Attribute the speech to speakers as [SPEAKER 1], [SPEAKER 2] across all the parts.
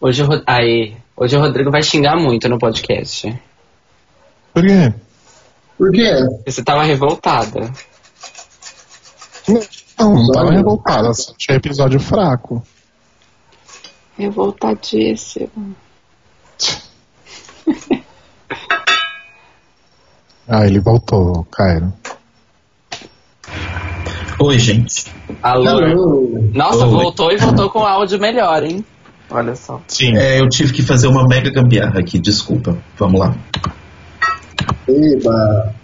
[SPEAKER 1] Hoje o, Ro- aí, hoje o Rodrigo vai xingar muito no podcast.
[SPEAKER 2] Por quê?
[SPEAKER 3] Por quê?
[SPEAKER 1] Você tava revoltada.
[SPEAKER 2] Não, não tava revoltada, só achei episódio fraco.
[SPEAKER 1] Revoltadíssimo.
[SPEAKER 2] Ah, ele voltou, Cairo.
[SPEAKER 4] Oi, gente.
[SPEAKER 1] Alô?
[SPEAKER 3] Alô?
[SPEAKER 1] Nossa,
[SPEAKER 4] Oi.
[SPEAKER 1] voltou e voltou com áudio melhor, hein? Olha só.
[SPEAKER 2] Sim.
[SPEAKER 4] É, eu tive que fazer uma mega gambiarra aqui, desculpa. Vamos lá.
[SPEAKER 3] Eba.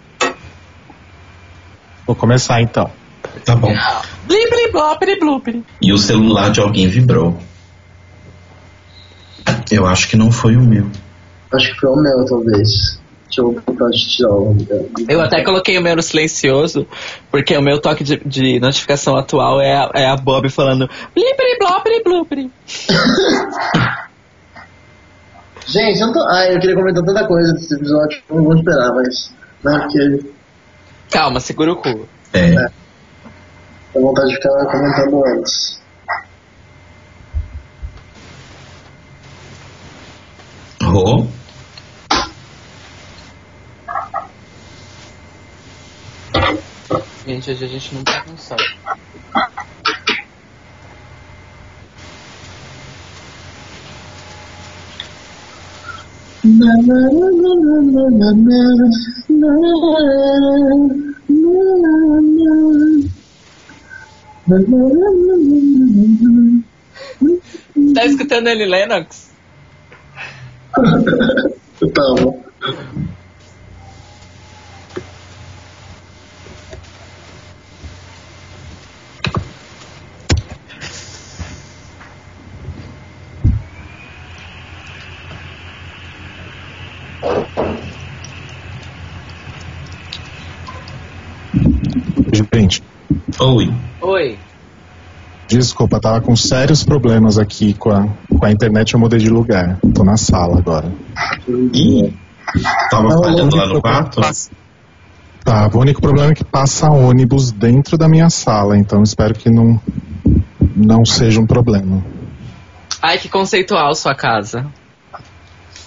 [SPEAKER 2] Vou começar então.
[SPEAKER 4] Tá bom.
[SPEAKER 1] Bli, bli, blopri, blupri.
[SPEAKER 4] E o celular de alguém vibrou. Eu acho que não foi o meu.
[SPEAKER 3] Acho que foi o meu, talvez. Deixa eu tentar te tirar o nome dela.
[SPEAKER 1] Eu até coloquei o meu no silencioso, porque o meu toque de, de notificação atual é a, é a Bob falando blipri, blopri, blupri.
[SPEAKER 3] Gente, eu não tô... Ai, eu queria comentar tanta coisa desse episódio. Não vou esperar, mas... Não, porque
[SPEAKER 1] Calma, segura o cu.
[SPEAKER 4] É.
[SPEAKER 3] dá vontade de ficar comentando antes.
[SPEAKER 4] Rô?
[SPEAKER 1] Gente, hoje a gente não tá com sorte. Tá escutando ele, Lennox?
[SPEAKER 3] Eu tava.
[SPEAKER 2] Gente,
[SPEAKER 4] Oi.
[SPEAKER 1] Oi.
[SPEAKER 2] desculpa, tava com sérios problemas aqui com a, com a internet, eu mudei de lugar. Tô na sala agora.
[SPEAKER 4] Ih, tava
[SPEAKER 2] Não, o
[SPEAKER 4] falhando
[SPEAKER 2] único problema
[SPEAKER 4] Tá lá no quarto?
[SPEAKER 2] é que passa- Tá, o único problema é que passa ônibus dentro da minha sala, então espero que não, não seja um problema.
[SPEAKER 1] Ai, que conceitual sua casa.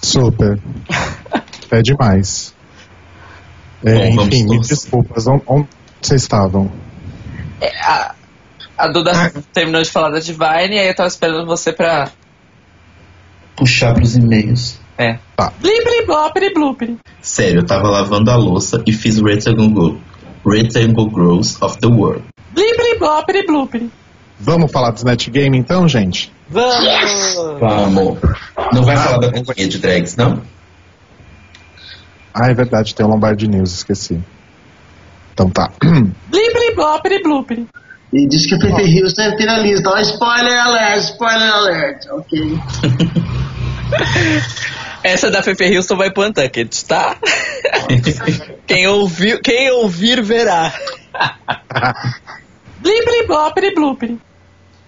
[SPEAKER 2] Super. É demais. É,
[SPEAKER 4] Bom, vamos
[SPEAKER 2] enfim, me
[SPEAKER 4] todos.
[SPEAKER 2] desculpas, on- onde vocês estavam?
[SPEAKER 1] A, a Duda terminou de falar da Divine e aí eu tava esperando você pra.
[SPEAKER 4] Puxar pros e-mails.
[SPEAKER 1] É.
[SPEAKER 2] Tá.
[SPEAKER 1] Bli, bli, blopri, blupri.
[SPEAKER 4] Sério, eu tava lavando a louça e fiz Rectangle, rectangle Grows of the World.
[SPEAKER 1] Bli, bli, blopri, blupri.
[SPEAKER 2] Vamos falar do Netgame então, gente?
[SPEAKER 1] Vamos!
[SPEAKER 4] Vamos. Não vai falar da companhia de drags, não?
[SPEAKER 2] Ah, é verdade, tem o Lombardi News, esqueci. Então tá.
[SPEAKER 1] Bli, bli, blopri, blupri.
[SPEAKER 3] E diz que o Pepe Rios deve ter na lista. Ó, spoiler alert, spoiler alert. Ok.
[SPEAKER 1] Essa da Pepe Houston vai pro Untucked, tá? quem, ouviu, quem ouvir verá. bli, bli, blopri, blupri.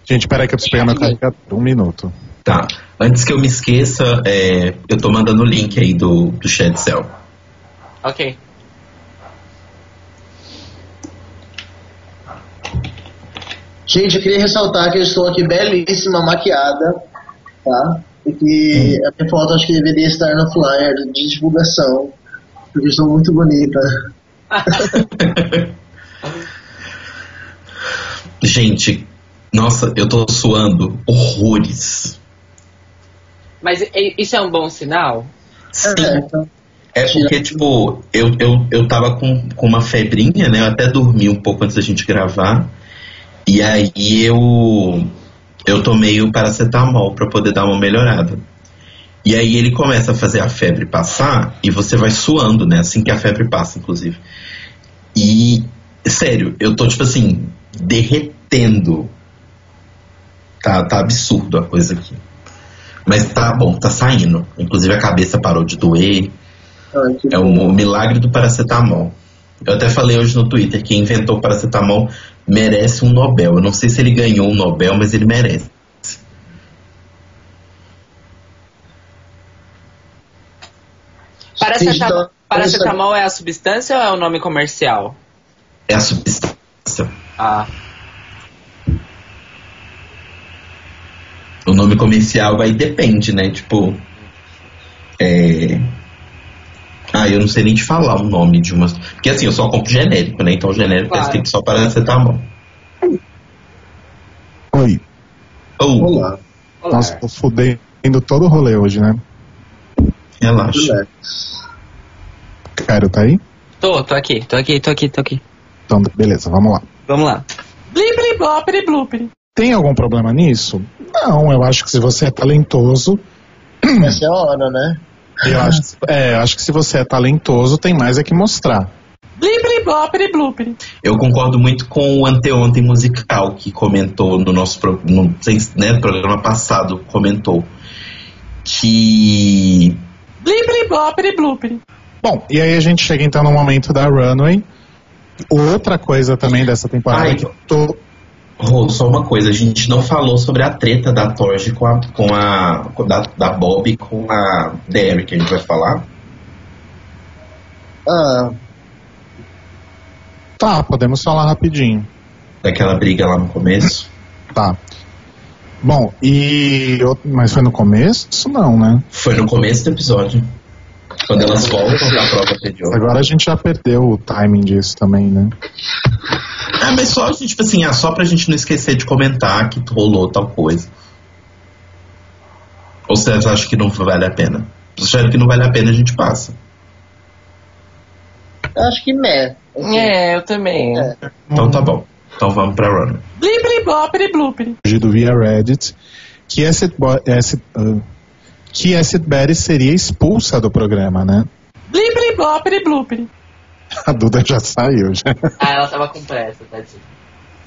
[SPEAKER 2] Gente, peraí que eu preciso pegar meu carregador. Um minuto.
[SPEAKER 4] Tá. Antes que eu me esqueça, é, eu tô mandando o link aí do, do Shed Cell.
[SPEAKER 1] Ok.
[SPEAKER 3] Gente, eu queria ressaltar que eu estou aqui belíssima, maquiada, tá? E que a minha foto acho que deveria estar no flyer de divulgação, porque eu estou muito bonita.
[SPEAKER 4] Gente, nossa, eu tô suando horrores.
[SPEAKER 1] Mas e- isso é um bom sinal?
[SPEAKER 3] É,
[SPEAKER 4] Sim,
[SPEAKER 3] então,
[SPEAKER 4] é porque, tipo, eu, eu, eu tava com, com uma febrinha, né? Eu até dormi um pouco antes da gente gravar. E aí eu, eu tomei o paracetamol pra poder dar uma melhorada. E aí ele começa a fazer a febre passar e você vai suando, né? Assim que a febre passa, inclusive. E, sério, eu tô, tipo assim, derretendo. Tá, tá absurdo a coisa aqui. Mas tá bom, tá saindo. Inclusive a cabeça parou de doer.
[SPEAKER 3] ah, que-
[SPEAKER 4] É o mo- milagre do paracetamol. Eu até falei hoje no Twitter que inventou o paracetamol merece um Nobel. Eu não sei se ele ganhou um Nobel, mas ele merece.
[SPEAKER 1] Paraceta- tá-
[SPEAKER 3] Digital-
[SPEAKER 1] Paracetamol é a substância ou é o nome comercial?
[SPEAKER 4] É a substância.
[SPEAKER 1] Ah.
[SPEAKER 4] O nome comercial aí depende, né? Tipo. É. Ah, eu não sei nem te falar o nome de umas. Porque assim, eu só compro genérico, né? Então o genérico
[SPEAKER 1] Claro.
[SPEAKER 4] é escrito só paracetamol.
[SPEAKER 2] Oi.
[SPEAKER 4] Ou,
[SPEAKER 3] Olá,
[SPEAKER 1] Olá.
[SPEAKER 2] Nossa, tô fudendo todo o rolê hoje, né?
[SPEAKER 4] relaxa.
[SPEAKER 2] Cairo tá aí?
[SPEAKER 1] Tô, tô aqui, tô aqui, tô aqui, tô aqui.
[SPEAKER 2] Então, beleza, vamos lá.
[SPEAKER 1] Vamos lá. Bli, bli, bló, bli, blu, bli.
[SPEAKER 2] Tem algum problema nisso? Não, eu acho que se você é talentoso,
[SPEAKER 3] Essa é a hora, né?
[SPEAKER 2] eu acho, que- é, eu acho que se você é talentoso, tem mais é que mostrar.
[SPEAKER 1] Bli, bli, bló, bli, blu, bli.
[SPEAKER 4] Eu concordo muito com o anteontem musical que comentou no nosso pro- no, sem- né, programa passado, comentou. Que
[SPEAKER 1] Bli, bli, bló, bli, blu, bli.
[SPEAKER 2] Bom, e aí a gente chega então no momento da runway. Outra coisa também dessa temporada
[SPEAKER 4] Ai.
[SPEAKER 2] que eu tô.
[SPEAKER 4] Rô, só uma coisa, a gente não falou sobre a treta da Torge com a. Com a com- da, da Bob com a Derek, a gente vai falar.
[SPEAKER 3] Ah,
[SPEAKER 2] Tá, podemos falar rapidinho.
[SPEAKER 4] Daquela briga lá no começo.
[SPEAKER 2] Tá. Bom, e. eu- Mas foi no começo? Isso não, né?
[SPEAKER 4] Foi no começo do episódio. Quando elas voltam da prova anterior.
[SPEAKER 2] Agora a gente já perdeu o timing disso também, né?
[SPEAKER 4] Ah, mas só, gente, tipo assim, ah, só pra gente não esquecer de comentar que rolou tal coisa. Ou vocês acham que não vale a pena? Se vocês acham que não vale a pena, a gente passa.
[SPEAKER 3] acho que meh. Assim,
[SPEAKER 1] É, eu também.
[SPEAKER 3] É.
[SPEAKER 4] Então tá bom. Então vamos pra Runner.
[SPEAKER 1] Bli, bli, bló, bli, blu, bli.
[SPEAKER 2] surgido via Reddit que Acid, Bo- Acid, ah, que Acid Betty seria expulsa do programa, né?
[SPEAKER 1] Bli, bli, bló, bli, blu, bli.
[SPEAKER 2] A Duda já saiu. Já.
[SPEAKER 1] Ah, ela tava com pressa, tadinha.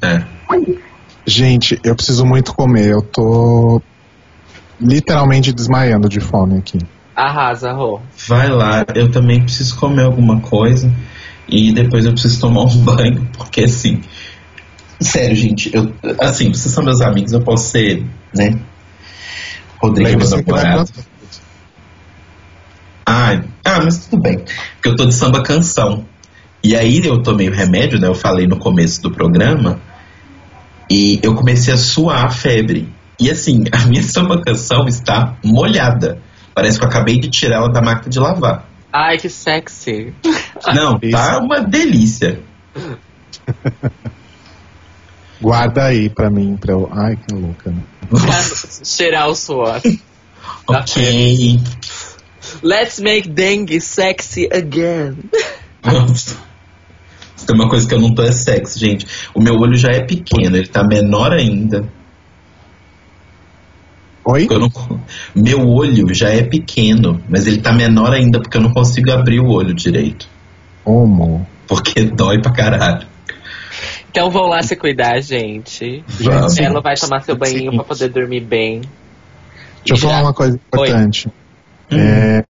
[SPEAKER 4] É.
[SPEAKER 2] Gente, eu preciso muito comer. Eu tô literalmente desmaiando de fome aqui.
[SPEAKER 1] Arrasa, Rô.
[SPEAKER 4] Vai lá, eu também preciso comer alguma coisa e depois eu preciso tomar um banho, porque assim. Sério, gente, eu, assim, vocês são meus amigos, eu posso ser, né? Rodrigo, é meu
[SPEAKER 2] Lembre-se que vai
[SPEAKER 4] namorado.
[SPEAKER 2] pra-
[SPEAKER 4] Ah, ah, mas tudo bem. Porque eu tô de samba canção. E aí eu tomei o remédio, né? Eu falei no começo do programa. E eu comecei a suar a febre. E assim, a minha samba canção está molhada. Parece que eu acabei de tirar ela da máquina de lavar.
[SPEAKER 1] Ai, que sexy.
[SPEAKER 4] Não,
[SPEAKER 2] Isso.
[SPEAKER 4] tá uma delícia.
[SPEAKER 2] Guarda aí pra mim. Pra eu... Ai, que louca. Né?
[SPEAKER 1] Pra cheirar o suor. Tá
[SPEAKER 4] ok.
[SPEAKER 1] Let's make dengue sexy again.
[SPEAKER 4] Nossa. Tem uma coisa que eu não tô é sexo, gente. O meu olho já é pequeno, ele tá menor ainda.
[SPEAKER 2] Oi?
[SPEAKER 4] Eu não- Meu olho já é pequeno, mas ele tá menor ainda porque eu não consigo abrir o olho direito.
[SPEAKER 2] Como?
[SPEAKER 4] Porque dói pra caralho.
[SPEAKER 1] Então vão lá se cuidar, gente.
[SPEAKER 2] Gente,
[SPEAKER 4] Vamos.
[SPEAKER 1] Ela vai tomar seu banhinho pra poder dormir bem.
[SPEAKER 2] Deixa eu falar uma coisa importante.
[SPEAKER 4] Hum.
[SPEAKER 2] É,